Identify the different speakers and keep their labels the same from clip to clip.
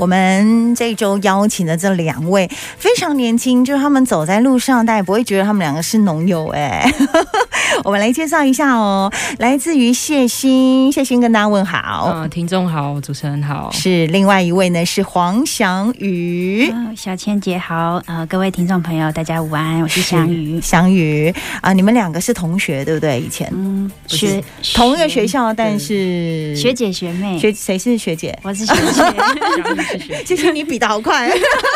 Speaker 1: 我们这周邀请的这两位非常年轻，就是他们走在路上，大家不会觉得他们两个是农友哎。 我们来介绍一下哦，来自于谢欣，谢欣跟大家问好。
Speaker 2: 嗯、听众好，主持人好。
Speaker 1: 是另外一位呢，是黄翔宇。
Speaker 3: 嗯，小千姐好，呃，各位听众朋友，大家午安，我是翔宇，嗯
Speaker 1: 翔宇啊，你们两个是同学对不对？以前
Speaker 3: 嗯，
Speaker 2: 不是
Speaker 3: 学
Speaker 1: 同一个学校，但
Speaker 2: 对
Speaker 1: 是
Speaker 3: 学姐学妹，
Speaker 1: 学谁是学姐？
Speaker 3: 我是学姐，
Speaker 2: 嘉义是学
Speaker 1: 谢谢你比的好快，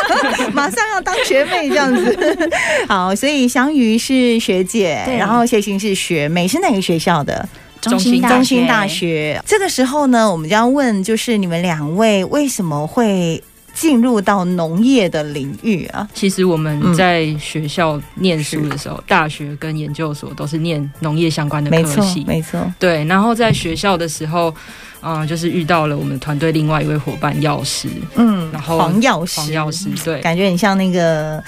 Speaker 1: 马上要当学妹这样子。 好，所以翔宇是学姐，
Speaker 3: 对
Speaker 1: 然后谢欣是学妹，是哪个学校的？
Speaker 2: 中
Speaker 3: 心
Speaker 2: 心
Speaker 3: 大
Speaker 1: 中心大学。这个时候呢，我们就要问，就是你们两位为什么会进入到农业的领域啊？
Speaker 2: 其实我们
Speaker 1: 嗯
Speaker 2: 在学校念书的时候，大学跟研究所都是念农业相关的
Speaker 1: 没
Speaker 2: 科
Speaker 1: 错
Speaker 2: 系，。
Speaker 1: 没错，
Speaker 2: 对，然后在学校的时候，嗯、就是遇到了我们团队另外一位伙伴药师，
Speaker 1: 嗯，
Speaker 2: 然后
Speaker 1: 黄药师，
Speaker 2: 黄药师，啊对，
Speaker 1: 感觉很像那个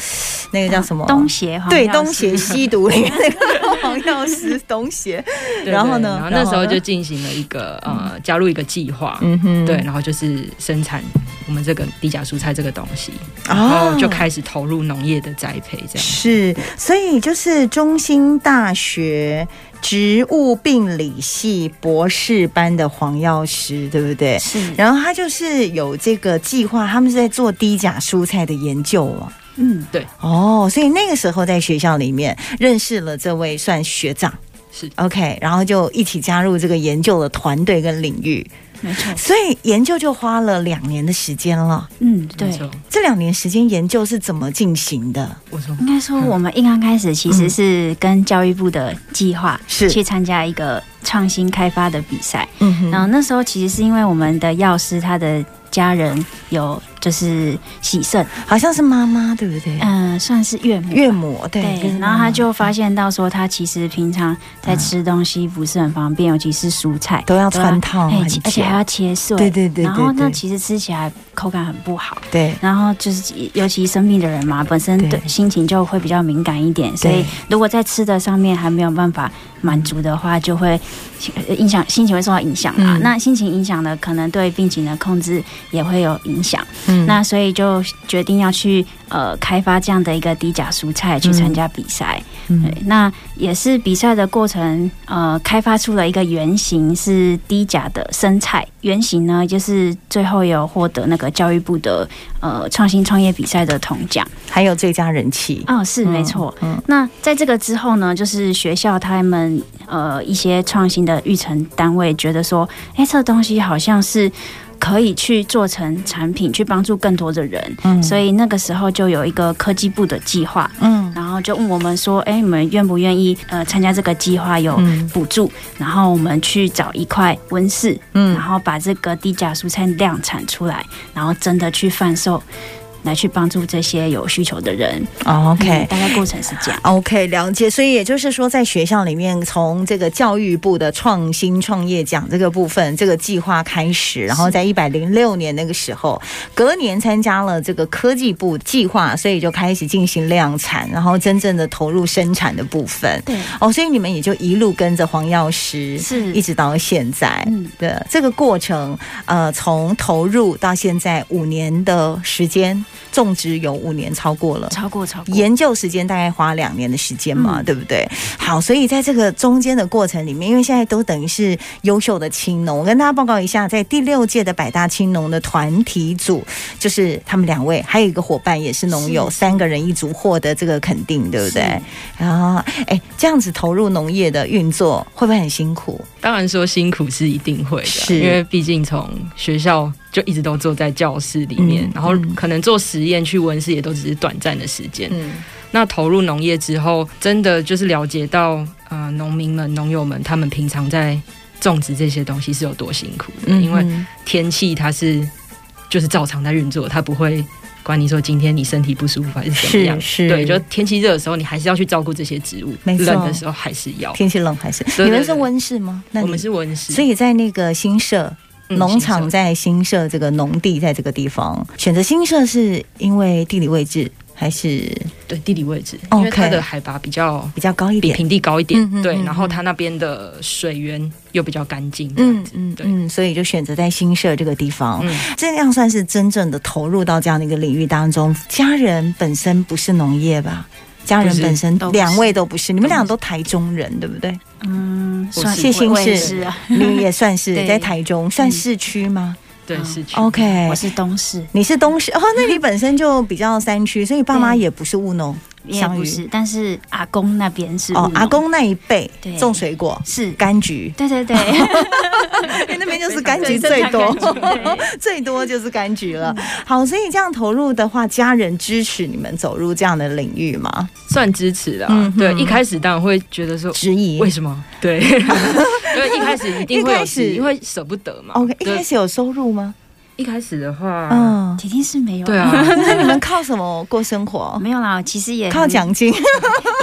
Speaker 1: 那个叫什么
Speaker 3: 啊东协黄
Speaker 1: 对，
Speaker 3: 药
Speaker 1: 东
Speaker 3: 师
Speaker 1: 邪西毒里面那个黄药师，东邪。
Speaker 2: 对对
Speaker 1: 然后呢
Speaker 2: 然后那时
Speaker 1: 然后
Speaker 2: 候
Speaker 1: 呢
Speaker 2: 就进行了一个呃，加入一个计划，
Speaker 1: 嗯哼
Speaker 2: 对，然后就是生产我们这个低价蔬菜这个东西，
Speaker 1: 哦
Speaker 2: 然后就开始投入农业的栽培，这样。
Speaker 1: 是，所以就是中兴大学植物病理系博士班的黄药师，对不对？
Speaker 3: 是，
Speaker 1: 然后他就是有这个计划，他们是在做低钾蔬菜的研究哦。
Speaker 3: 嗯，
Speaker 1: 哦，所以那个时候在学校里面认识了这位算学长，
Speaker 2: 是
Speaker 1: OK，然后就一起加入这个研究的团队跟领域，
Speaker 3: 没错，
Speaker 1: 所以研究就花了两年的时间了。
Speaker 3: 嗯，
Speaker 2: 没
Speaker 3: 对。
Speaker 2: 错，
Speaker 1: 这两年时间研究是怎么进行的？
Speaker 2: 我说
Speaker 3: 应该说，
Speaker 1: 嗯
Speaker 3: 我们一刚开始其实是跟教育部的计划
Speaker 1: 是
Speaker 3: 去参加一个创新开发的比赛，
Speaker 1: 嗯哼
Speaker 3: 然后那时候其实是因为我们的药师他的家人有就是喜肾，
Speaker 1: 好像是妈妈对不对？
Speaker 3: 嗯、算是岳母，
Speaker 1: 岳母对，
Speaker 3: 对
Speaker 1: 跟，
Speaker 3: 然
Speaker 1: 妈
Speaker 3: 后
Speaker 1: 嗯
Speaker 3: 他
Speaker 1: 妈
Speaker 3: 就发现到说，他其实平常在吃东西不是很方便，尤其是蔬菜，
Speaker 1: 都要穿套，啊哦
Speaker 3: 哎
Speaker 1: 很，
Speaker 3: 而且
Speaker 1: 久
Speaker 3: 还要切碎。
Speaker 1: 对对对对
Speaker 3: 然后那
Speaker 1: 对
Speaker 3: 其实吃起来口感很不好，
Speaker 1: 对
Speaker 3: 然后就是尤其生病的人嘛，本身
Speaker 1: 对
Speaker 3: 对心情就会比较敏感一点，所以
Speaker 1: 对
Speaker 3: 如果在吃的上面还没有办法满足的话，就会呃影响心情会受到影响啊。
Speaker 1: 嗯
Speaker 3: 那心情影响呢，可能对病情的控制也会有影响。
Speaker 1: 嗯
Speaker 3: 那所以就决定要去呃开发这样的一个低钾蔬菜去参加比赛。
Speaker 1: 嗯
Speaker 3: 对，那也是比赛的过程，呃，开发出了一个原型是低钾的生菜。原型呢，就是最后有获得那个教育部的呃创新创业比赛的铜奖。
Speaker 1: 还有最佳人气，
Speaker 3: 哦，是没错。
Speaker 1: 嗯，
Speaker 3: 那在这个之后呢，就是学校他们呃一些创新的育成单位觉得说，哎、这个东西好像是可以去做成产品，去帮助更多的人。
Speaker 1: 嗯
Speaker 3: 所以那个时候就有一个科技部的计划，
Speaker 1: 嗯
Speaker 3: 然后就问我们说，哎、你们愿不愿意呃参加这个计划有
Speaker 1: 嗯
Speaker 3: 补助？然后我们去找一块温室，然
Speaker 1: 嗯，
Speaker 3: 后把这个低价蔬菜量产出来，然后真的去贩售，来去帮助这些有需求的人。
Speaker 1: 哦
Speaker 3: 嗯
Speaker 1: ，OK。
Speaker 3: 大概过程是这样。
Speaker 1: OK，了解。所以也就是说，在学校里面，从这个教育部的创新创业奖这个部分，这个计划开始，然后在一百零六年那个时候，隔年参加了这个科技部计划，所以就开始进行量产，然后真正的投入生产的部分。
Speaker 3: 对，
Speaker 1: 哦，所以你们也就一路跟着黄药师，
Speaker 3: 是
Speaker 1: 一直到现在。
Speaker 3: 嗯，
Speaker 1: 的这个过程，呃，从投入到现在五年的时间，种植有五年超过了。
Speaker 3: 超过超过。
Speaker 1: 研究时间大概花两年的时间嘛，
Speaker 3: 嗯
Speaker 1: 对不对？好，所以在这个中间的过程里面，因为现在都等于是优秀的青农，我跟大家报告一下，在第六届的百大青农的团体组，就是他们两位，还有一个伙伴也是农友，
Speaker 3: 是
Speaker 1: 三个人一组获得这个肯定，对不对
Speaker 3: 是？
Speaker 1: 啊，哎，这样子投入农业的运作，会不会很辛苦？
Speaker 2: 当然说辛苦是一定会
Speaker 1: 是
Speaker 2: 的，因为毕竟从学校就一直都坐在教室里面，
Speaker 1: 嗯
Speaker 2: 然后
Speaker 1: 嗯
Speaker 2: 可能做实验去温室也都只是短暂的时间。
Speaker 1: 嗯，
Speaker 2: 那投入农业之后，真的就是了解到，呃，农民们、农友们他们平常在种植这些东西是有多辛苦的，因为
Speaker 1: 嗯
Speaker 2: 天气它是就是照常在运作，它不会管你说今天你身体不舒服还是怎么
Speaker 1: 是
Speaker 2: 样。
Speaker 1: 是，
Speaker 2: 对，就天气热的时候，你还是要去照顾这些植物；
Speaker 1: 没错
Speaker 2: 冷的时候还是要。
Speaker 1: 天气冷还是
Speaker 2: 对
Speaker 1: 你们
Speaker 2: 对
Speaker 1: 是
Speaker 2: 对
Speaker 1: 温室吗？那
Speaker 2: 我
Speaker 1: 你
Speaker 2: 们是温室，
Speaker 1: 所以在那个新社
Speaker 2: 嗯
Speaker 1: 农
Speaker 2: 新手
Speaker 1: 场在新社这个农地，在这个地方选择新社是因为地理位置还是
Speaker 2: 对地理位置，因为
Speaker 1: OK
Speaker 2: 它的海拔比较
Speaker 1: 比较高一
Speaker 2: 比
Speaker 1: 点。
Speaker 2: 平地高一点，
Speaker 1: 嗯嗯
Speaker 2: 对，
Speaker 1: 嗯
Speaker 2: 然后
Speaker 1: 嗯
Speaker 2: 它那边的水源又比较干净，
Speaker 1: 嗯
Speaker 2: 嗯
Speaker 1: 嗯
Speaker 2: 对
Speaker 1: 嗯，所以就选择在新社这个地方，
Speaker 2: 嗯，
Speaker 1: 这样算是真正的投入到这样的一个领域当中。家人本身不是农业吧？家人
Speaker 2: 不是
Speaker 1: 本身
Speaker 3: 都不是
Speaker 1: 两位都不是，你们
Speaker 2: 都不
Speaker 1: 俩
Speaker 2: 是
Speaker 1: 都台中人对不 对？
Speaker 3: 嗯，
Speaker 2: 我
Speaker 3: 算
Speaker 2: 是
Speaker 1: 谢欣
Speaker 3: 我也
Speaker 1: 是
Speaker 3: 是啊，
Speaker 1: 你也算是
Speaker 3: 对
Speaker 1: 在台中，算市区吗
Speaker 2: 对
Speaker 3: 嗯
Speaker 2: 市区
Speaker 1: 哦？OK，
Speaker 3: 我是东市，
Speaker 1: 你是东市哦，那 你本身就比较山区，所以爸妈
Speaker 3: 嗯
Speaker 1: 也不是务农
Speaker 3: 也不是，但是阿公那边是务
Speaker 1: 哦，
Speaker 3: 农
Speaker 1: 阿公那一辈
Speaker 3: 对
Speaker 1: 种水果、
Speaker 3: 是，
Speaker 1: 柑橘，
Speaker 3: 对对对，
Speaker 1: 因为那边就是柑橘
Speaker 3: 对
Speaker 1: 最多，
Speaker 3: 生产柑橘对
Speaker 1: 最多就是柑橘了。好，所以这样投入的话，家人支持你们走入这样的领域吗？
Speaker 2: 算支持的、
Speaker 1: 嗯
Speaker 2: 啊
Speaker 1: 哼，嗯
Speaker 2: 对，一开始当然会觉得说。
Speaker 1: 质疑
Speaker 2: 为什么？对，因为一开始一定会
Speaker 1: 一开
Speaker 2: 有
Speaker 1: 始
Speaker 2: 质疑，会舍不得嘛。
Speaker 1: ？OK，一
Speaker 2: 对
Speaker 1: 开始有收入吗？
Speaker 2: 一开始的话，
Speaker 1: 嗯，
Speaker 3: 铁定是没有，哦
Speaker 2: 对，啊，
Speaker 1: 那你们靠什么过生活？
Speaker 3: 没有啦，其实也
Speaker 1: 靠嗯
Speaker 3: 很
Speaker 1: 奖金，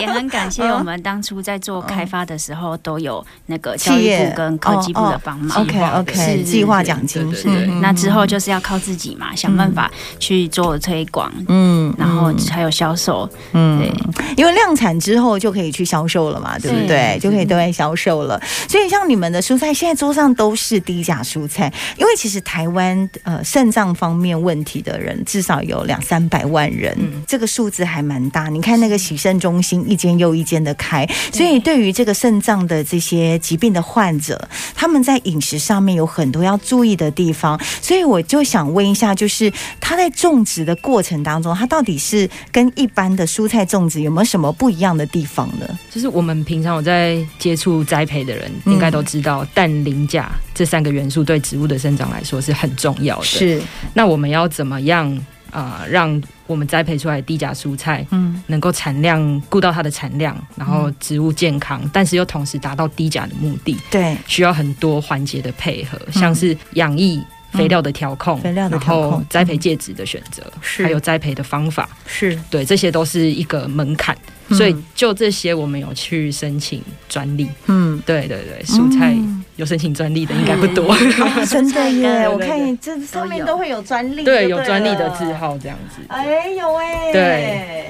Speaker 3: 也很感谢我们当初在做开发的时候，都有那个教育部跟科技部的帮 忙。
Speaker 1: 哦 OK
Speaker 2: 是
Speaker 1: OK，
Speaker 3: 是
Speaker 1: 计划
Speaker 2: 是
Speaker 1: 奖金
Speaker 2: 对
Speaker 1: 是
Speaker 2: 对对
Speaker 1: 嗯
Speaker 3: 那之后就是要靠自己嘛，想办法去做推广，
Speaker 1: 嗯
Speaker 3: 然后
Speaker 1: 嗯
Speaker 3: 还有销售。
Speaker 1: 嗯
Speaker 3: 对，
Speaker 1: 因为量产之后就可以去销售了嘛，对不对？
Speaker 2: 是
Speaker 1: 就可以对外销售了。所以像你们的蔬菜，现在桌上都是低价蔬菜，因为其实台湾呃肾脏方面问题的人至少有两三百万人，
Speaker 2: 嗯
Speaker 1: 这个数字还蛮大。你看那个洗肾中心一间又一间的开，
Speaker 2: 嗯
Speaker 1: 所以对于这个肾脏的这些疾病的患者，他们在饮食上面有很多要注意的地方。所以我就想问一下，就是它在种植的过程当中，它到底是跟一般的蔬菜种植有没有什么不一样的地方呢？
Speaker 2: 就是我们平常有在接触栽培的人，
Speaker 1: 嗯
Speaker 2: 应该都知道氮、磷、钾这三个元素对植物的生长来说是很重要的。，那我们要怎么样啊、呃让我们栽培出来的低钾蔬菜
Speaker 1: 嗯
Speaker 2: 能够产量顾到它的产量，然后植物健康，但是又同时达到低钾的目的，
Speaker 1: 对，
Speaker 2: 需要很多环节的配合，像是养液。肥料的调控，
Speaker 1: 嗯肥料的调控嗯
Speaker 2: 然后栽培介质的选择，
Speaker 1: 是
Speaker 2: 还有栽培的方法，
Speaker 1: 是，
Speaker 2: 对，这些都是一个门槛。
Speaker 1: 嗯
Speaker 2: 所以就这些，我们有去申请专利。
Speaker 1: 嗯。
Speaker 2: 对对对，蔬菜有申请专利的应该不 多。
Speaker 1: 啊真的
Speaker 3: 对对
Speaker 1: 耶！
Speaker 3: 对
Speaker 1: 我看这上面都会有专利，
Speaker 2: 对，
Speaker 1: 就
Speaker 2: 有专利的字
Speaker 1: 了。
Speaker 2: 号这样子。
Speaker 1: 哎，有哎，
Speaker 2: 对，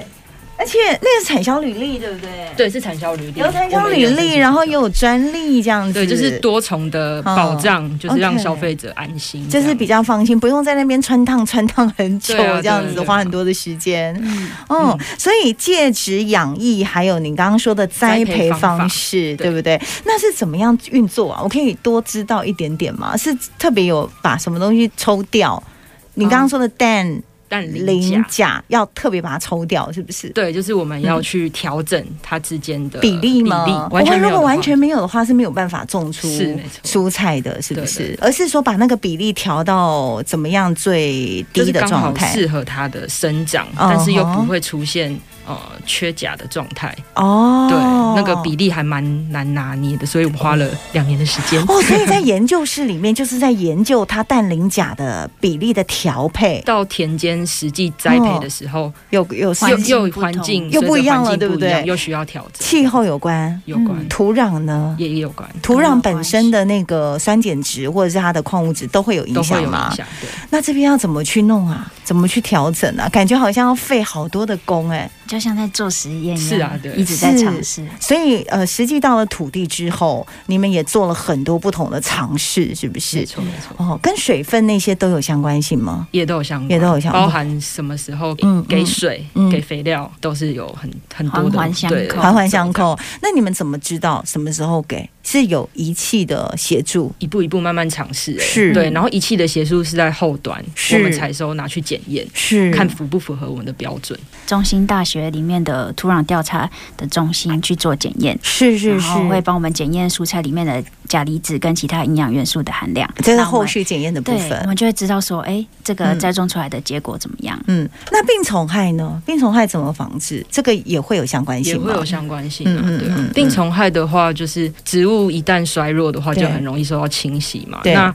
Speaker 1: 而且那个产销履历，对不对？，
Speaker 2: 对，是产销履历。
Speaker 1: 有产销履
Speaker 2: 我们也有申
Speaker 1: 历，
Speaker 2: 请
Speaker 1: 然后又有专利这样子，
Speaker 2: 对，就是多重的保障，就是让消费者安心。
Speaker 1: 嗯就是比较放心，不用在那边穿烫穿烫很久
Speaker 2: 对啊
Speaker 1: 这样子，
Speaker 2: 对啊
Speaker 1: 花很多的时间。
Speaker 3: 嗯，
Speaker 1: 哦
Speaker 2: 嗯，
Speaker 1: 所以戒指养益，还有你刚刚说的栽培方式，
Speaker 2: 栽培方法
Speaker 1: 对不对？那是怎么样运作啊？我可以多知道一点点吗？是特别有把什么东西抽掉？你刚刚说的氮
Speaker 2: 但零
Speaker 1: 磷
Speaker 2: 价。
Speaker 1: 钾要特别把它抽掉，是不是？
Speaker 2: 对，就是我们要去调整它之间的
Speaker 1: 嗯比例吗？
Speaker 2: 比例完
Speaker 1: 我
Speaker 2: 全
Speaker 1: 看
Speaker 2: 没
Speaker 1: 如
Speaker 2: 有的
Speaker 1: 果
Speaker 2: 话
Speaker 1: 完全没有的话，是没有办法种出
Speaker 2: 是没错
Speaker 1: 蔬菜的，是不是？
Speaker 2: 对对
Speaker 1: 而是说把那个比例调到怎么样最
Speaker 2: 就是
Speaker 1: 低的
Speaker 2: 刚
Speaker 1: 状
Speaker 2: 好
Speaker 1: 态？嗯
Speaker 2: 适合它的生长，但是又不会出现呃缺钾的状态。
Speaker 1: 哦，
Speaker 2: 对，那个比例还蛮难拿捏的，所以我花了两年的时间。
Speaker 1: 哦，所以在研究室里面，就是在研究它氮磷钾的比例的调配，
Speaker 2: 到田间实际栽培的时候，
Speaker 1: 有有
Speaker 3: 环
Speaker 2: 又
Speaker 1: 是
Speaker 3: 境
Speaker 2: 又
Speaker 3: 不同
Speaker 2: 环境
Speaker 1: 哦又不一样了
Speaker 2: 随着环境
Speaker 1: 对不对
Speaker 2: 一样又需要调整，
Speaker 1: 气候有关，
Speaker 2: 有关
Speaker 3: 嗯
Speaker 1: 土壤呢？
Speaker 2: 也也有关，
Speaker 1: 土壤本身的那个酸碱值或者是它的矿物质都会有影
Speaker 2: 都会
Speaker 1: 响
Speaker 2: 有
Speaker 1: 吗
Speaker 2: 影？响。对，
Speaker 1: 那这边要怎么去弄啊？怎么去调整啊？感觉好像要费好多的工哎、
Speaker 3: 就像在做实验一样，
Speaker 2: 是啊对
Speaker 3: 一直在尝试。
Speaker 1: 所以呃，实际到了土地之后，你们也做了很多不同的尝试，是不
Speaker 2: 没
Speaker 1: 是？
Speaker 2: 错没错，
Speaker 1: 哦，跟水分那些都有相关性吗？
Speaker 2: 也都有相关，
Speaker 1: 也都有相关
Speaker 2: 包含什么时候
Speaker 1: 嗯
Speaker 2: 给
Speaker 1: 嗯
Speaker 2: 水
Speaker 1: 嗯、
Speaker 2: 给肥料，都是有很很多的
Speaker 3: 环环相
Speaker 2: 对
Speaker 3: 扣
Speaker 1: 环环相，扣。那你们怎么知道什么时候给？是有仪器的协助？
Speaker 2: 一步一步慢慢尝试。哎
Speaker 1: 是
Speaker 2: 对，然后仪器的协助是在后端，
Speaker 1: 是
Speaker 2: 我们采收拿去检验。
Speaker 1: 是
Speaker 2: 看符不符合我们的标准，
Speaker 3: 中心大学里面的土壤调查的中心去做检验，
Speaker 1: 是是
Speaker 3: 然
Speaker 1: 是，
Speaker 3: 后会帮我们检验蔬菜里面的钾离子跟其他营养元素的含量。
Speaker 1: 这是
Speaker 3: 那我们
Speaker 1: 后续检验的部
Speaker 3: 对，我
Speaker 1: 分。
Speaker 3: 们就会知道说，哎，这个
Speaker 1: 嗯
Speaker 3: 栽种出来的结果怎么样？
Speaker 1: 嗯，那病虫害呢？病虫害怎么防治？这个也会有相关
Speaker 2: 也
Speaker 1: 性
Speaker 2: 会有
Speaker 1: 吗？
Speaker 2: 相关性啊。
Speaker 1: 嗯嗯
Speaker 2: 对啊
Speaker 1: 嗯嗯
Speaker 2: 病虫害的话，就是植物一旦衰弱的话，
Speaker 1: 对
Speaker 2: 就很容易受到侵袭嘛。
Speaker 1: 对
Speaker 2: 那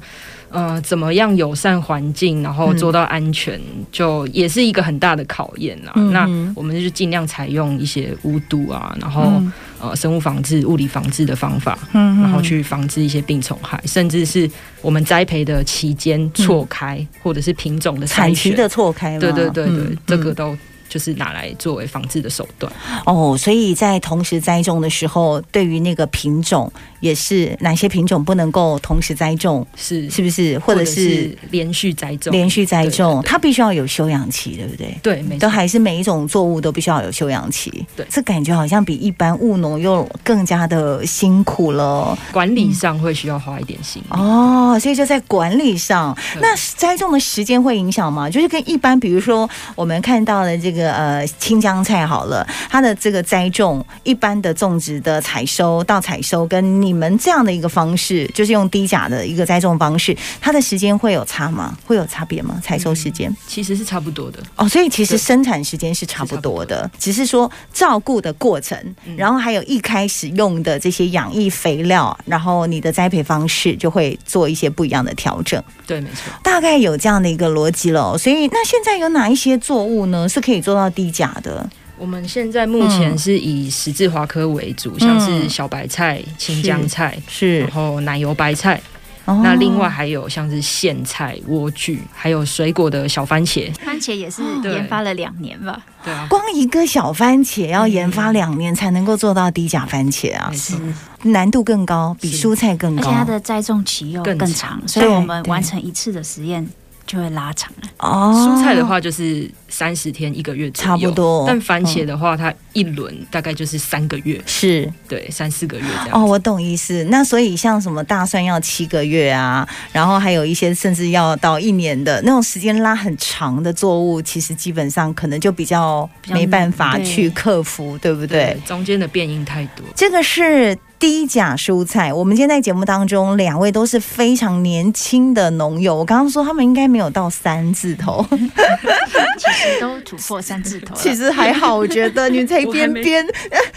Speaker 2: 呃，怎么样友善环境，然后
Speaker 1: 嗯
Speaker 2: 做到安全，就也是一个很大的考验啦。
Speaker 1: 嗯
Speaker 2: 那
Speaker 1: 嗯
Speaker 2: 我们就尽量采用一些无毒啊，然后、呃生物防治、物理防治的方法，
Speaker 1: 嗯
Speaker 2: 然后去防治一些病虫害，甚至是我们栽培的期间错开，或者是品种的筛
Speaker 1: 产期
Speaker 2: 选
Speaker 1: 的错开吗？
Speaker 2: 对对对对，
Speaker 1: 嗯
Speaker 2: 这个。都就是拿来作为防治的手段。
Speaker 1: 哦，所以在同时栽种的时候，对于那个品种也是哪些品种不能够同时栽种，
Speaker 2: 是
Speaker 1: 是不是？或者是
Speaker 2: 连续栽种？
Speaker 1: 连续栽种，
Speaker 2: 对对对
Speaker 1: 它必须要有休养期，对不对？
Speaker 2: 对，没
Speaker 1: 都
Speaker 2: 错。
Speaker 1: 还是每一种作物都必须要有休养期。
Speaker 2: 对
Speaker 1: 这感觉好像比一般务农又更加的辛苦了
Speaker 2: 管理上会需要花一点心力。
Speaker 1: 哦。所以就在管理上，
Speaker 2: 对
Speaker 1: 那栽种的时间会影响吗？就是跟一般，比如说我们看到的这个呃青江菜好了，它的这个栽种一般的种植的采收到采收，跟你们这样的一个方式，就是用低钾的一个栽种方式，它的时间会有差吗？会有差别吗？采收时间？
Speaker 2: 其实是差不多的。
Speaker 1: 哦，所以其实
Speaker 2: 对
Speaker 1: 生产时间是差不多的，只是说照顾的过程，
Speaker 2: 嗯
Speaker 1: 然后还有一开始用的这些养液肥料，然后你的栽培方式就会做一些不一样的调整，
Speaker 2: 对，没错。
Speaker 1: 大概有这样的一个逻辑了。所以那现在有哪一些作物呢是可以做到低钾的？
Speaker 2: 我们现在目
Speaker 1: 嗯
Speaker 2: 前是以十字花科为主，像是小白菜、青江菜，
Speaker 1: 是
Speaker 2: 然，后奶油白菜。
Speaker 1: 哦
Speaker 2: 那另外还有像是苋菜、莴苣，还有水果的小番茄。
Speaker 3: 番茄也是
Speaker 2: 嗯对
Speaker 3: 研发了两年吧，
Speaker 2: 对啊，
Speaker 1: 光一个小番茄要研发两年才能够做到低钾番茄啊
Speaker 2: 没，错。
Speaker 1: 难度更高，比
Speaker 2: 是
Speaker 1: 蔬菜更
Speaker 3: 而且
Speaker 1: 高。
Speaker 3: 它的栽种期又
Speaker 2: 更
Speaker 3: 更
Speaker 2: 长
Speaker 3: 长，所以我们
Speaker 1: 对
Speaker 3: 完成一次的实验就会拉长了。
Speaker 1: 哦
Speaker 2: 蔬菜的话就是三十天一个月左右
Speaker 1: 差不多嗯
Speaker 2: 但番茄的话，它一轮大概就是三个月，
Speaker 1: 是
Speaker 2: 对，三四个月这样。
Speaker 1: 哦，，我懂意思。那所以像什么大蒜要七个月啊，然后还有一些甚至要到一年的那种时间拉很长的作物，其实基本上可能就比较
Speaker 3: 比较
Speaker 1: 没办法
Speaker 3: 难
Speaker 1: 去
Speaker 3: 对
Speaker 1: 克服，对不对
Speaker 2: 对，？中间的变因太多。
Speaker 1: 这个是低钾蔬菜。我们今天在节目当中，两位都是非常年轻的农友。我刚刚说他们应该没有到三字 头，
Speaker 3: 其实都突破三字头了。哦
Speaker 1: 其实还好。我觉得 你在一
Speaker 2: 我
Speaker 1: 边
Speaker 2: 还没
Speaker 1: 边，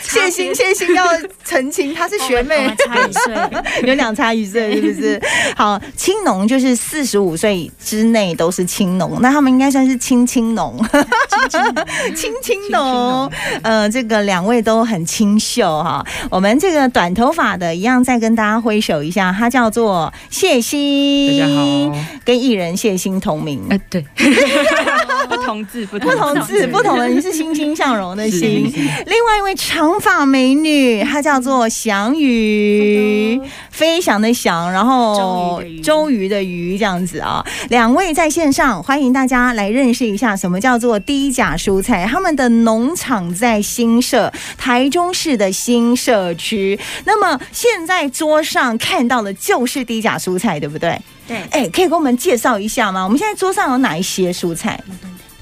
Speaker 1: 谢欣谢欣要澄清，她是
Speaker 3: 我们
Speaker 1: 学妹
Speaker 3: 我。们差一岁，
Speaker 1: 有两差一岁，是不 是？好，青农就是四十五岁之内都是青农，那他们应该算是青青 农，青青农。呃，这个两位都很清秀哈。我们这个短头发的，一样再跟大家挥手一下，他叫做谢
Speaker 2: 大
Speaker 1: 欣，
Speaker 2: 家好，
Speaker 1: 跟艺人谢欣同名。
Speaker 2: 哎，对，不同字，不
Speaker 1: 不同字，不同人是欣欣向荣的欣。另外一位长发美女，她叫做翔宇，飞翔的翔，然后
Speaker 3: 周瑜的瑜
Speaker 1: 周瑜的瑜这样子啊。两位在线上，欢迎大家来认识一下什么叫做低钾蔬菜。他们的农场在新社，台中市的新社区。那么现在桌上看到的就是低钾蔬菜，对不对？
Speaker 3: 对，
Speaker 1: 哎，可以给我们介绍一下吗？我们现在桌上有哪一些蔬菜？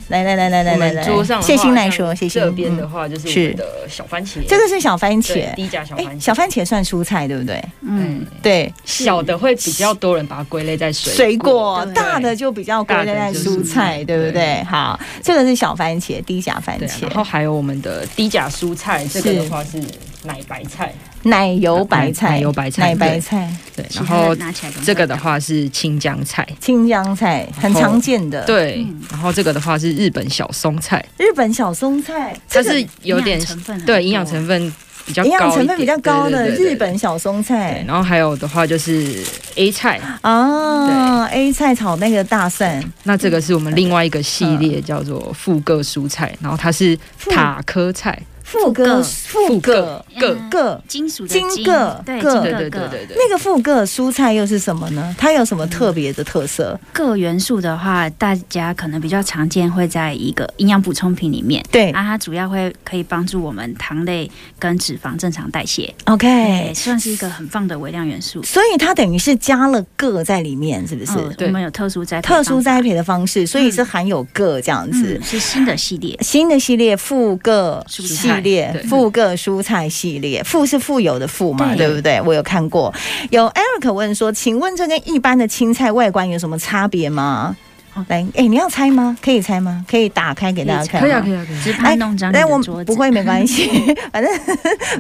Speaker 1: 来来来来来来
Speaker 2: 嗯我们
Speaker 1: 来，
Speaker 2: 桌上的话
Speaker 1: 谢欣来说，谢欣
Speaker 2: 这边的
Speaker 1: 嗯
Speaker 2: 话就是
Speaker 1: 是
Speaker 2: 我们的小番茄，
Speaker 1: 这个是小番
Speaker 2: 对
Speaker 1: 茄，
Speaker 2: 低价小番
Speaker 1: 哎，
Speaker 2: 茄，
Speaker 1: 小番茄算蔬菜对不对？
Speaker 3: 嗯，
Speaker 1: 对，
Speaker 2: 小的会比较多人把它归类在水
Speaker 1: 水果
Speaker 3: 对
Speaker 1: 大的就比较归类在蔬菜，
Speaker 2: 大的就
Speaker 1: 对
Speaker 2: 是
Speaker 1: 不对？好，这个是小番茄，低钾番
Speaker 2: 对啊，然
Speaker 1: 茄
Speaker 2: 后，还有我们的低钾蔬菜，这个的话是奶白菜，
Speaker 1: 奶油白菜，
Speaker 2: 奶油白菜
Speaker 1: 奶白菜，
Speaker 2: 对，
Speaker 3: 其
Speaker 2: 然
Speaker 3: 他
Speaker 2: 后
Speaker 3: 拿起来跟
Speaker 2: 这个的话是青江菜，
Speaker 1: 青江菜，很
Speaker 2: 然后
Speaker 1: 常见的，，
Speaker 2: 对
Speaker 3: 嗯，
Speaker 2: 然后这个的话是日本小松菜，
Speaker 1: 日本小松菜，这
Speaker 2: 它
Speaker 1: 个
Speaker 2: 是有点
Speaker 3: 营养成分很多
Speaker 2: 对营养成分比较高
Speaker 1: 营
Speaker 2: 一点，
Speaker 1: 养成分比较高的
Speaker 2: 对对对对
Speaker 1: 日本小松
Speaker 2: 对，
Speaker 1: 菜
Speaker 2: 然后还有的话就是 A 菜，
Speaker 1: 啊，A 菜炒那个大蒜，
Speaker 2: 那这个是我们另外一个系
Speaker 1: 嗯
Speaker 2: 列叫做复个蔬菜，然后它是塔科菜，
Speaker 1: 副歌
Speaker 3: 副歌
Speaker 1: 副歌
Speaker 2: 个
Speaker 3: 嗯
Speaker 1: 个
Speaker 3: 金属的
Speaker 1: 金
Speaker 3: 金
Speaker 1: 个
Speaker 3: 对
Speaker 1: 个
Speaker 3: 金
Speaker 2: 对
Speaker 3: 个
Speaker 2: 对对
Speaker 3: 个
Speaker 2: 对对，
Speaker 1: 那个副歌蔬菜又是什么呢？它有什么特别的特色？
Speaker 3: 个元素的话，大家可能比较常见会在一个营养补充品里面。
Speaker 1: 对
Speaker 3: 啊，它主要会可以帮助我们糖类跟脂肪正常代谢，
Speaker 1: ，OK，
Speaker 3: 哎，算是一个很棒的微量元素。
Speaker 1: 所以它等于是加了个在里面，是不是？
Speaker 3: 嗯
Speaker 2: 对
Speaker 3: 我们有特殊栽培
Speaker 1: 特
Speaker 3: 方法
Speaker 1: 殊栽培的方式，所以是含有个这样子。
Speaker 3: 嗯是新的系列，
Speaker 1: 新的系列复个
Speaker 3: 蔬
Speaker 1: 系
Speaker 3: 菜
Speaker 1: 列
Speaker 2: 对，
Speaker 1: 复个蔬菜系列，富是富有的富嘛，
Speaker 3: 对
Speaker 1: 对不对？我有看过。有 Eric 问说，请问这跟一般的青菜外观有什么差别吗
Speaker 3: 哦？
Speaker 1: 来，哎，你要猜吗？可以猜吗？可以打开给大家看吗？
Speaker 2: 可以啊可以啊可以啊，
Speaker 3: 只怕弄脏你
Speaker 1: 哎但我
Speaker 3: 的
Speaker 1: 们
Speaker 3: 桌子。
Speaker 1: 不会没关 系，反正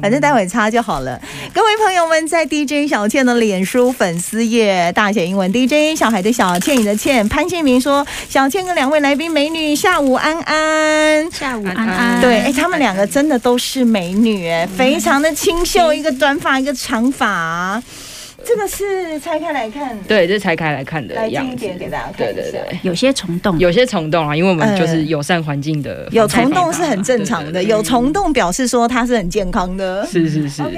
Speaker 1: 反正待会擦就好了。
Speaker 2: 嗯
Speaker 1: 各位朋友们，在 DJ 小倩的脸书粉丝页，大写英文 DJ 小海的小倩，你的倩，潘建明说，小倩跟两位来宾美女下午安安。
Speaker 3: 下午
Speaker 2: 安
Speaker 3: 安
Speaker 2: 安
Speaker 3: 安，
Speaker 1: 对，哎、他们两个
Speaker 2: 嗯
Speaker 1: 真的都是美女，哎，非常的清秀，一个短发，一个长发。这个是拆开来看，
Speaker 2: 对，这拆开来看的
Speaker 1: 来
Speaker 2: 样
Speaker 1: 近一
Speaker 2: 子。
Speaker 1: 点给大家看
Speaker 2: 对
Speaker 1: 一
Speaker 2: 对
Speaker 1: 下。
Speaker 2: 对，
Speaker 3: 有些虫洞，
Speaker 2: 有些虫洞啊，因为我们就
Speaker 1: 呃
Speaker 2: 是友善环境的防治
Speaker 1: 有
Speaker 2: 方法嘛，
Speaker 1: 虫洞是很正常的，
Speaker 2: 啊对对
Speaker 1: 有虫洞表示说它是很健康的。
Speaker 2: 对是是是，
Speaker 1: OK，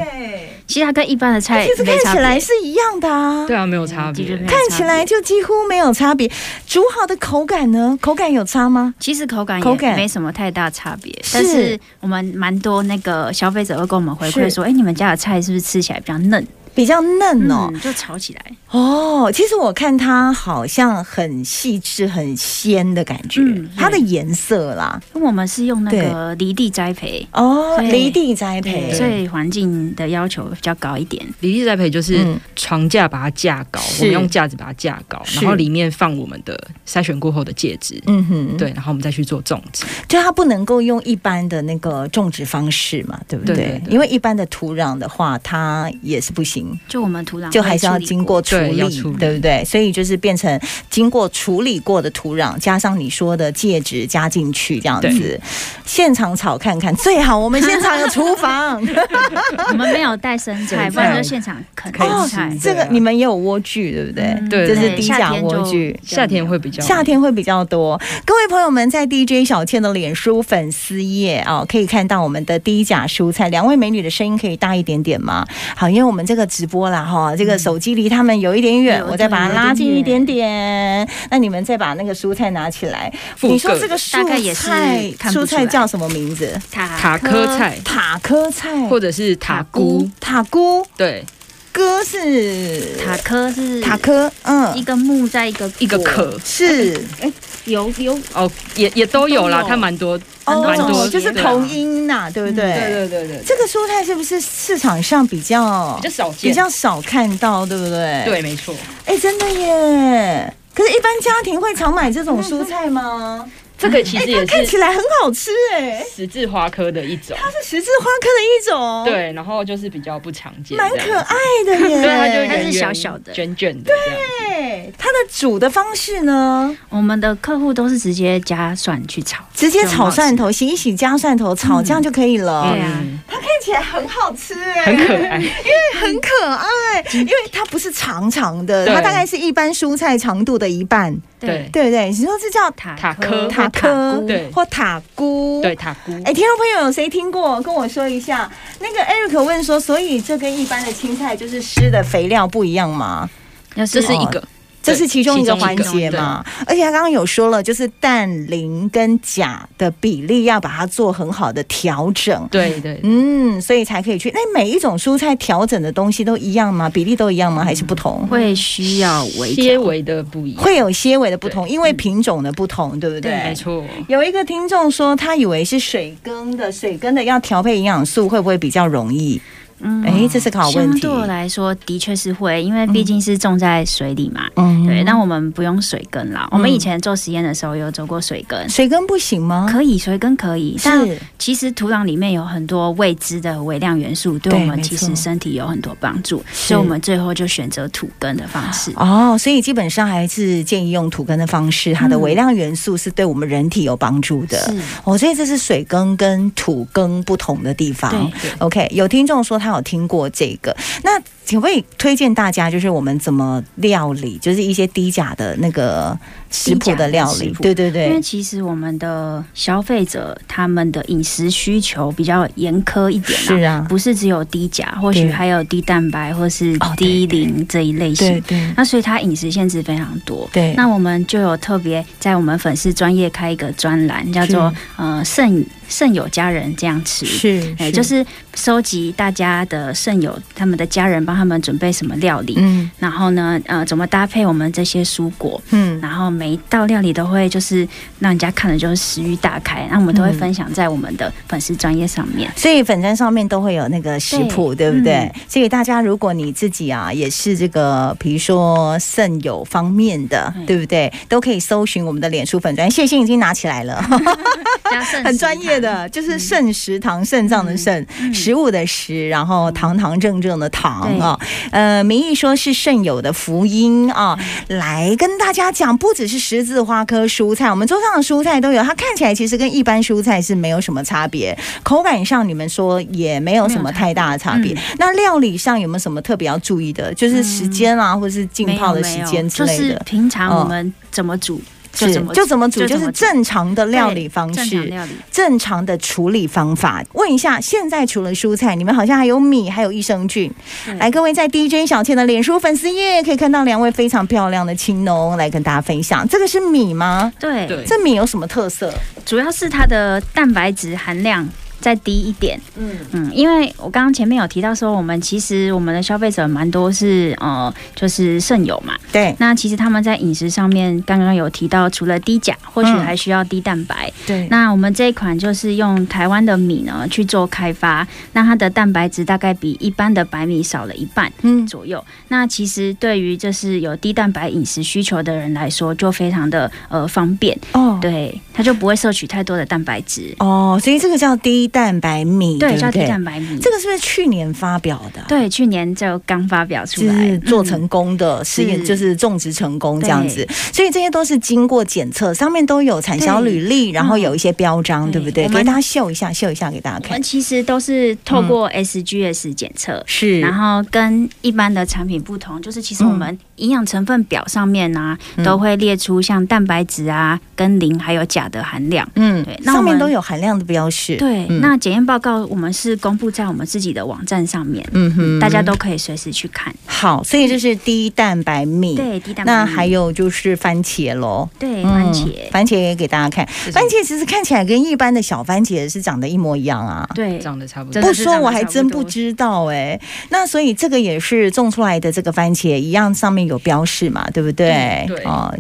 Speaker 3: 其实它跟一般的菜
Speaker 1: 哎其实
Speaker 3: 哎没差
Speaker 1: 看起
Speaker 3: 别
Speaker 1: 来是一样的啊。
Speaker 2: 对啊，没有差
Speaker 3: 嗯的确
Speaker 2: 别
Speaker 3: 没有。
Speaker 1: 看起来就几乎没有差别，煮好的口感呢？口感有差吗？
Speaker 3: 其实口感
Speaker 1: 口
Speaker 3: 也
Speaker 1: 感
Speaker 3: 没什么太大差别，
Speaker 1: 是
Speaker 3: 但是我们蛮多那个消费者会跟我们回
Speaker 1: 是
Speaker 3: 馈说，哎、你们家的菜是不是吃起来比较嫩？
Speaker 1: 比较嫩哦。
Speaker 3: 嗯，就炒起来，
Speaker 1: 哦，其实我看它好像很细致、很鲜的感觉，
Speaker 3: 嗯
Speaker 1: 它的颜色啦。
Speaker 3: 因为我们是用那个离地栽培，
Speaker 1: 哦，
Speaker 3: 对
Speaker 1: 离地栽
Speaker 3: 对，
Speaker 1: 培，
Speaker 3: 所以环境的要求比较高一点。
Speaker 2: 比例栽培就是
Speaker 1: 嗯
Speaker 2: 床架把它架高，
Speaker 1: 是
Speaker 2: 我们用架子把它架高，
Speaker 1: 是
Speaker 2: 然后里面放我们的筛选过后的介质。
Speaker 1: 嗯哼，，
Speaker 2: 对，然后我们再去做种植。
Speaker 1: 就它不能够用一般的那个种植方式嘛，对不对？
Speaker 2: 对对对
Speaker 1: 因为一般的土壤的话，它也是不行，
Speaker 3: 就我们土
Speaker 2: 啊
Speaker 3: 壤
Speaker 1: 就还是要
Speaker 3: 会处理
Speaker 1: 经过处
Speaker 2: 对
Speaker 1: 理，
Speaker 2: 要处理
Speaker 1: 不对？所以就是变成经过处理过的土壤，加上你说的介质加进去这样子
Speaker 2: 对，
Speaker 1: 现场炒看看最好，我们现场有厨 房。
Speaker 3: 我们没有带生菜，
Speaker 2: 对
Speaker 3: 不然就现场啃
Speaker 2: 可以
Speaker 3: 生
Speaker 2: 吃
Speaker 3: 菜。
Speaker 1: 哦这个
Speaker 2: 对啊
Speaker 1: 你们也有莴苣，对不对？
Speaker 3: 嗯
Speaker 2: 对
Speaker 1: 这
Speaker 2: 对
Speaker 1: 是
Speaker 2: 对
Speaker 1: 低
Speaker 3: 夏
Speaker 1: 价
Speaker 3: 天
Speaker 1: 莴
Speaker 3: 就
Speaker 1: 苣。
Speaker 2: 夏天会比较
Speaker 1: 夏天会比较多。各位朋友们，在 DJ 小倩的脸书粉丝页啊、可以看到我们的低价蔬菜。两位美女的声音可以大一点点吗？好，因为我们这个直播啦，哈，这个手机离他们有一点远，
Speaker 3: 有
Speaker 1: 我再把它
Speaker 3: 对
Speaker 1: 拉
Speaker 3: 有
Speaker 1: 近一
Speaker 3: 一
Speaker 1: 点
Speaker 3: 点
Speaker 1: 点。那你们再把那个蔬菜拿起来。
Speaker 2: 复
Speaker 1: 你说
Speaker 2: 刻
Speaker 1: 这个
Speaker 3: 大
Speaker 1: 蔬
Speaker 3: 概也是
Speaker 1: 菜，
Speaker 3: 看不
Speaker 1: 蔬
Speaker 3: 出来
Speaker 1: 菜叫什么名字？
Speaker 2: 塔科，菜
Speaker 1: 塔科菜嗯
Speaker 2: 或者是塔菇，、
Speaker 1: 塔菇、
Speaker 2: 对，
Speaker 1: 哥是
Speaker 3: 塔科是
Speaker 1: 塔科，嗯
Speaker 3: 一，个木在一个
Speaker 2: 一个
Speaker 3: 果
Speaker 2: 壳
Speaker 1: 是
Speaker 3: 有有
Speaker 2: 哦，也也都有啦，
Speaker 3: 都有
Speaker 2: 它蛮多，
Speaker 1: 哦
Speaker 2: 蛮多，
Speaker 1: 就是
Speaker 2: 对啊
Speaker 1: 同音呐、对不对？
Speaker 2: 对对对对，
Speaker 1: 这个蔬菜是不是市场上比较
Speaker 2: 比较少见，
Speaker 1: 比较少看到，对不对？，
Speaker 2: 对，没错。
Speaker 1: 哎，真的耶。可是，一般家庭会常买这种蔬菜吗？
Speaker 2: 嗯
Speaker 1: 哎
Speaker 2: 这个其实也
Speaker 1: 看
Speaker 2: 是
Speaker 1: 起来很好吃哎，
Speaker 2: 十字花科的一种，
Speaker 1: 它是十字花科的一种，，
Speaker 2: 对，然后就是比较不常见，
Speaker 1: 蛮
Speaker 2: 这样
Speaker 1: 可爱的耶。
Speaker 2: 对，它就
Speaker 3: 它是
Speaker 2: 圆圆
Speaker 3: 小小的
Speaker 2: 卷卷的这样子，
Speaker 1: 对它的煮的方式呢，
Speaker 3: 我们的客户都是直接加蒜去炒，
Speaker 1: 直接炒蒜头，洗一洗加蒜头炒，这样就可以了。
Speaker 3: 对啊
Speaker 2: 嗯，
Speaker 1: 它看起来很好吃哎，
Speaker 2: 很可爱。嗯
Speaker 1: 很可爱，因为它不是长长的，
Speaker 2: 对
Speaker 1: 它大概是一般蔬菜长度的一半，
Speaker 2: 对呃
Speaker 1: 对不对？你说这叫塔
Speaker 3: 塔
Speaker 2: 塔科
Speaker 1: 塔科
Speaker 3: 菇
Speaker 2: 对
Speaker 1: 或塔菇？
Speaker 2: 对，。塔菇，
Speaker 1: 哎，听众朋友有谁听过？跟我说一下。那个 Eric 问说，所以这跟一般的青菜就是施的肥料不一样吗？
Speaker 3: 要
Speaker 2: 这
Speaker 3: 是
Speaker 2: 是一个，
Speaker 1: 这
Speaker 2: 对
Speaker 1: 是其中一个环
Speaker 2: 其中
Speaker 1: 节
Speaker 2: 一个
Speaker 1: 嘛？而且他刚刚有说了，就是氮、磷跟钾的比例要把它做很好的调整。
Speaker 2: 对对，
Speaker 1: 嗯，所以才可以去。那每一种蔬菜调整的东西都一样吗？比例都一样吗？还是不同？
Speaker 3: 会需要微调
Speaker 2: 些微的不一样，
Speaker 1: 会有些微的不同，因为品种的不同，对不对？
Speaker 2: 对，没。错。
Speaker 1: 有一个听众说，他以为是水耕的，水耕的要调配营养素，会不会比较容易？
Speaker 3: 嗯
Speaker 1: 哎、这是个好问
Speaker 3: 相
Speaker 1: 题。
Speaker 3: 对我来说，的确是会，因为毕竟是种在水里嘛。
Speaker 1: 嗯
Speaker 3: 对，那我们不用水耕啦。我们以前做实验的时候有做过水耕，
Speaker 1: 水耕不行吗？
Speaker 3: 可以水耕可以，但
Speaker 1: 嗯是
Speaker 3: 其实土壤里面有很多未知的微量元素，对
Speaker 1: 对
Speaker 3: 我们
Speaker 1: 没
Speaker 3: 其
Speaker 1: 错
Speaker 3: 实身体有很多帮助，所以我们最后就选择土耕的方式。
Speaker 1: 哦，所以基本上还是建议用土耕的方式，它的
Speaker 3: 嗯
Speaker 1: 微量元素是对我们人体有帮助的。
Speaker 3: 是，
Speaker 1: 哦，所以这是水耕跟土耕不同的地方。
Speaker 3: 对，
Speaker 1: OK，有听众说他有听过这个，那请可以推荐大家，就是我们怎么料理，就是一些低钾的那个食谱的料
Speaker 3: 低钾的
Speaker 1: 理
Speaker 3: 食。谱
Speaker 1: 对对
Speaker 3: 因为
Speaker 1: 对，
Speaker 3: 其实我们的消费者他们的饮食需求比较严苛一点啦、
Speaker 1: 是啊，
Speaker 3: 不是只有低钾，或
Speaker 1: 对
Speaker 3: 许还有低蛋白或是
Speaker 1: 哦对
Speaker 3: 低磷这一类型。
Speaker 1: 对对
Speaker 3: 那所以它饮食限制非常多。
Speaker 1: 对。
Speaker 3: 那我们就有特别在我们粉丝专业开一个专栏，叫做“呃肾肾友家人这样吃”。
Speaker 1: 是，
Speaker 3: 哎，就是收集大家的肾友，他们的家人帮他们准备什么料理，
Speaker 1: 嗯
Speaker 3: 然后呢，呃，怎么搭配我们这些蔬果，
Speaker 1: 嗯，
Speaker 3: 然后每一道料理都会就是让人家看了就是食欲大开，那我们都会
Speaker 1: 嗯
Speaker 3: 分享在我们的粉丝专业上面。
Speaker 1: 所以粉砖上面都会有那个食谱，对嗯不对？所以大家如果你自己啊也是这个，比如说肾友方面的，
Speaker 3: 对
Speaker 1: 对不对？都可以搜寻我们的脸书粉砖。谢欣已经拿起来了，
Speaker 3: 加肾
Speaker 1: 很专业对的，
Speaker 3: 嗯
Speaker 1: 就是肾食堂，肾脏的肾，食物的食，然后堂堂正正的堂啊。呃，名义说是肾友的福音啊，
Speaker 3: 嗯
Speaker 1: 来跟大家讲，不只是十字花科蔬菜，我们桌上的蔬菜都有，它看起来其实跟一般蔬菜是没有什么差别，口感上你们说也没有什么太大的差
Speaker 3: 嗯
Speaker 1: 别。那料理上有没有什么特别要注意的？就是时间啊，或者是浸泡的时间之类
Speaker 3: 就
Speaker 1: 的嗯
Speaker 3: 是。平常我们怎么煮就是怎么
Speaker 1: 就怎么煮，
Speaker 3: 就
Speaker 1: 就
Speaker 3: 怎么
Speaker 1: 是
Speaker 3: 煮
Speaker 1: 正常的料理方
Speaker 3: 正常
Speaker 1: 式，
Speaker 3: 料理。
Speaker 1: 正常的处理方法。问一下，现在除了蔬菜，你们好像还有米，还有益生菌。
Speaker 3: 对
Speaker 1: 来，各位在 DJ 小倩的脸书粉丝页可以看到两位非常漂亮的青农来跟大家分享。这个是米吗？
Speaker 3: 对，
Speaker 2: 对
Speaker 1: 这米有什么特色？
Speaker 3: 主要是它的蛋白质含量再低一点。
Speaker 1: 嗯，
Speaker 3: 嗯，因为我刚刚前面有提到说，我们其实我们的消费者蛮多是呃，就是肾友嘛。
Speaker 1: 对
Speaker 3: 那其实他们在饮食上面，刚刚有提到，除了低钾，或许
Speaker 1: 嗯
Speaker 3: 还需要低蛋白。
Speaker 1: 对，
Speaker 3: 那我们这一款就是用台湾的米呢去做开发，那它的蛋白质大概比一般的白米少了一半
Speaker 1: 嗯
Speaker 3: 左右。那其实对于就是有低蛋白饮食需求的人来说，就非常的呃方便，
Speaker 1: 哦
Speaker 3: 对，它就不会摄取太多的蛋白质，
Speaker 1: 哦，所以这个叫低蛋白米，对
Speaker 3: 对，
Speaker 1: 不
Speaker 3: 叫低
Speaker 1: 对
Speaker 3: 蛋白米。
Speaker 1: 这个是不是去年发表的？
Speaker 3: 对，去年就刚发表出
Speaker 1: 就
Speaker 3: 来，
Speaker 1: 是做
Speaker 3: 嗯
Speaker 1: 成功的实验，
Speaker 3: 是
Speaker 1: 就是种植成功这样子，所以这些都是经过检测，上面都有产销履历，然后有一些标章，对
Speaker 3: 对
Speaker 1: 不对？
Speaker 3: 嗯我
Speaker 1: 给
Speaker 3: 们嗯
Speaker 1: 大家秀一下，秀一下给大家
Speaker 3: 我
Speaker 1: 看
Speaker 3: 们。其实都是透过 SGS 检测。
Speaker 1: 嗯是
Speaker 3: 然后跟一般的产品不同，就是其实我们营养成分表上面呢、
Speaker 1: 嗯
Speaker 3: 都会列出像蛋白质啊、跟磷还有钾的含量。
Speaker 1: 嗯
Speaker 3: 对，那我
Speaker 1: 上
Speaker 3: 们
Speaker 1: 面都有含量的标示。
Speaker 3: 对，
Speaker 1: 嗯
Speaker 3: 那检验报告我们是公布在我们自己的网站上面，
Speaker 1: 嗯哼
Speaker 3: 大家都可以随时去看。
Speaker 1: 好，所以这是低蛋白米。
Speaker 3: 对，低蛋
Speaker 1: 嗯
Speaker 3: 白
Speaker 1: 那
Speaker 3: 米
Speaker 1: 还有就是番茄喽，
Speaker 3: 对
Speaker 1: 嗯
Speaker 3: 番茄，
Speaker 1: 番茄也给大家看。
Speaker 2: 这
Speaker 1: 番
Speaker 2: 种
Speaker 1: 茄其实看起来跟一般的小番茄是长得一模一样啊。
Speaker 3: 对
Speaker 2: 长得差不
Speaker 3: 真
Speaker 2: 多
Speaker 3: 的
Speaker 1: 不
Speaker 3: 是
Speaker 1: 说
Speaker 3: 长
Speaker 1: 我
Speaker 3: 得
Speaker 1: 还
Speaker 3: 差不
Speaker 1: 真
Speaker 3: 多
Speaker 1: 不知道哎、那所以这个也是种出来的这个番茄一样，上面有标示嘛，对不对？
Speaker 2: 嗯对
Speaker 1: 哦，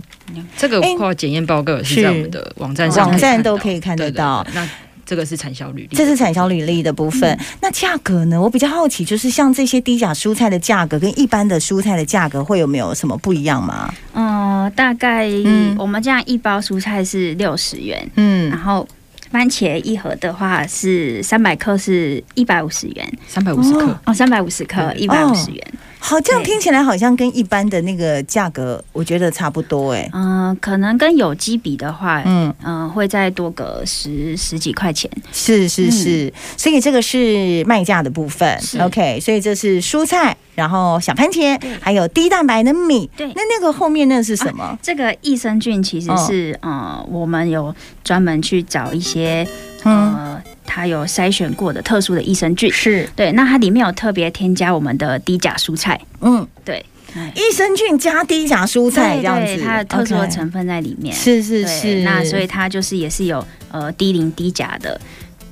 Speaker 2: 这个
Speaker 1: 哎
Speaker 2: 话检验报告也是在我们的网站上
Speaker 1: 网
Speaker 2: 可以看
Speaker 1: 站
Speaker 2: 到
Speaker 1: 都可以看得
Speaker 2: 对对
Speaker 1: 到。
Speaker 2: 对那这个是产销履历，
Speaker 1: 这是产销履历的部分。
Speaker 3: 嗯
Speaker 1: 那价格呢？我比较好奇，就是像这些低钾蔬菜的价格跟一般的蔬菜的价格会有没有什么不一样吗？
Speaker 3: 嗯、大概
Speaker 1: 嗯
Speaker 3: 我们这样一包蔬菜是六十元，然
Speaker 1: 嗯，
Speaker 3: 后番茄一盒的话是三百克是一百五十元，
Speaker 2: 三百五十克。
Speaker 3: 哦，三百五十克一
Speaker 2: 对
Speaker 3: 百
Speaker 1: 哦
Speaker 3: 五十元。
Speaker 1: 好，这样
Speaker 3: 对
Speaker 1: 听起来好像跟一般的那个价格，我觉得差不多哎、
Speaker 3: 嗯、可能跟有机比的话，嗯、
Speaker 1: 嗯，
Speaker 3: 会再多个十十几块钱。
Speaker 1: 是是是，所以这个是卖价的部分
Speaker 3: 嗯是
Speaker 1: ，OK，所以这是蔬菜，然后小番茄，还有低蛋白的米。
Speaker 3: 对
Speaker 1: 那那个后面那是什么？
Speaker 3: 这个益生菌其实
Speaker 1: 哦
Speaker 3: 是，呃，我们有专门去找一些，
Speaker 1: 嗯，
Speaker 3: 呃，它有筛选过的特殊的益生菌。
Speaker 1: 是，
Speaker 3: 对，那它里面有特别添加我们的低钾蔬菜，
Speaker 1: 嗯，
Speaker 3: 对，
Speaker 1: 益生菌加低钾蔬菜
Speaker 3: 对
Speaker 1: 这样
Speaker 3: 对，
Speaker 1: 子，
Speaker 3: 它的特殊的
Speaker 1: OK
Speaker 3: 成分在里面。
Speaker 1: 是是
Speaker 3: 对
Speaker 1: 是，
Speaker 3: 那所以它就是也是有呃低磷低钾的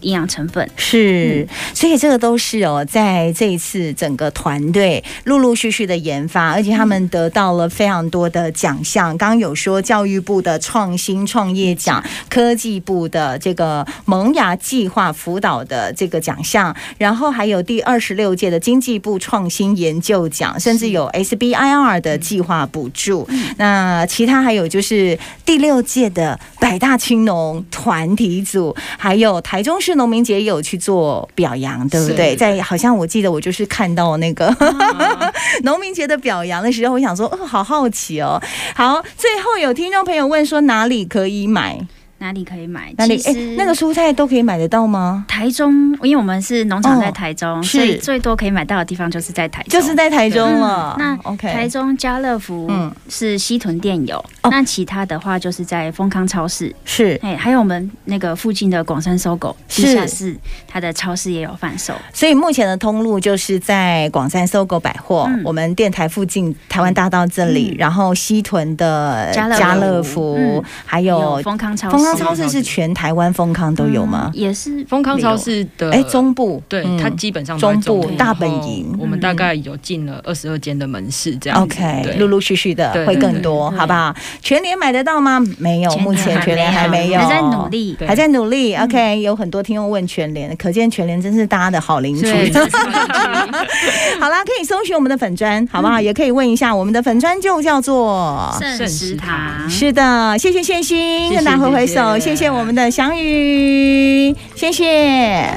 Speaker 3: 营养成分。
Speaker 1: 是，所以这个都是哦，在这一次整个团队陆陆续续的研发，而且他们得到了非常多的奖项。刚刚有说教育部的创新创业奖、科技部的这个萌芽计划辅导的这个奖项，然后还有第二十六届的经济部创新研究奖，甚至有 SBIR 的计划补助。那其他还有就是第六届的百大青农团体组，还有台中市农民节也有去做表扬，对不对？
Speaker 2: 是
Speaker 1: 在好像我记得我就是看到那个 哦农民节的表扬的时候，我想说，哦，好好奇哦。好，最后有听众朋友问说哪里可以买？
Speaker 3: 哪里可以买？
Speaker 1: 哪里？
Speaker 3: 其
Speaker 1: 哎
Speaker 3: 实，
Speaker 1: 那个蔬菜都可以买得到吗？
Speaker 3: 台中，因为我们是农场在
Speaker 1: 哦
Speaker 3: 台中，
Speaker 1: 是
Speaker 3: 所以最多可以买到的地方就是在台中。
Speaker 1: 就是在台中了。
Speaker 3: 嗯那
Speaker 1: OK，
Speaker 3: 台中家乐福
Speaker 1: 嗯
Speaker 3: 是西屯店有，
Speaker 1: 哦
Speaker 3: 那其他的话就是在丰康超市，
Speaker 1: 是，
Speaker 3: 哎，还有我们那个附近的广山搜狗
Speaker 1: 是
Speaker 3: 地下室，它的超市也有贩售。
Speaker 1: 所以目前的通路就是在广山搜狗百货，
Speaker 3: 嗯
Speaker 1: 我们电台附近台湾大道这里，
Speaker 3: 嗯
Speaker 1: 然后西屯的
Speaker 3: 家乐福
Speaker 1: 福，
Speaker 3: 嗯
Speaker 1: 还
Speaker 3: 还
Speaker 1: 有
Speaker 3: 丰康超市，
Speaker 1: 丰康超市是全台湾丰康都有吗
Speaker 3: 嗯？也是
Speaker 2: 丰康超市的
Speaker 1: 哎、中部
Speaker 2: 对
Speaker 1: 嗯
Speaker 2: 它基本上都在
Speaker 1: 中部
Speaker 2: 部
Speaker 1: 大本营嗯哦
Speaker 2: 然后我们大概有进了二十二间的门市这样子。
Speaker 1: OK，
Speaker 2: 对
Speaker 1: 陆陆续续的
Speaker 2: 对
Speaker 1: 会
Speaker 2: 对
Speaker 1: 更
Speaker 2: 对
Speaker 1: 多，
Speaker 3: 对
Speaker 1: 好不好？哦全年买得到吗？没有，目前全年还没有，
Speaker 3: 还在努。力。
Speaker 2: 对
Speaker 1: 还在努力
Speaker 3: 嗯
Speaker 1: ，OK，有很多听众问全联，可见全联真是大家的好邻居。
Speaker 2: 对，
Speaker 1: 好啦，可以搜寻我们的粉砖，好不
Speaker 2: 嗯
Speaker 1: 好？也可以问一下我们的粉砖，就叫做。
Speaker 3: 圣食堂，
Speaker 1: 是的，谢谢宪
Speaker 2: 谢
Speaker 1: 心，
Speaker 2: 谢
Speaker 1: 跟大家挥挥手，
Speaker 2: 谢
Speaker 1: 谢
Speaker 2: 谢
Speaker 1: 谢我们的翔宇，谢谢。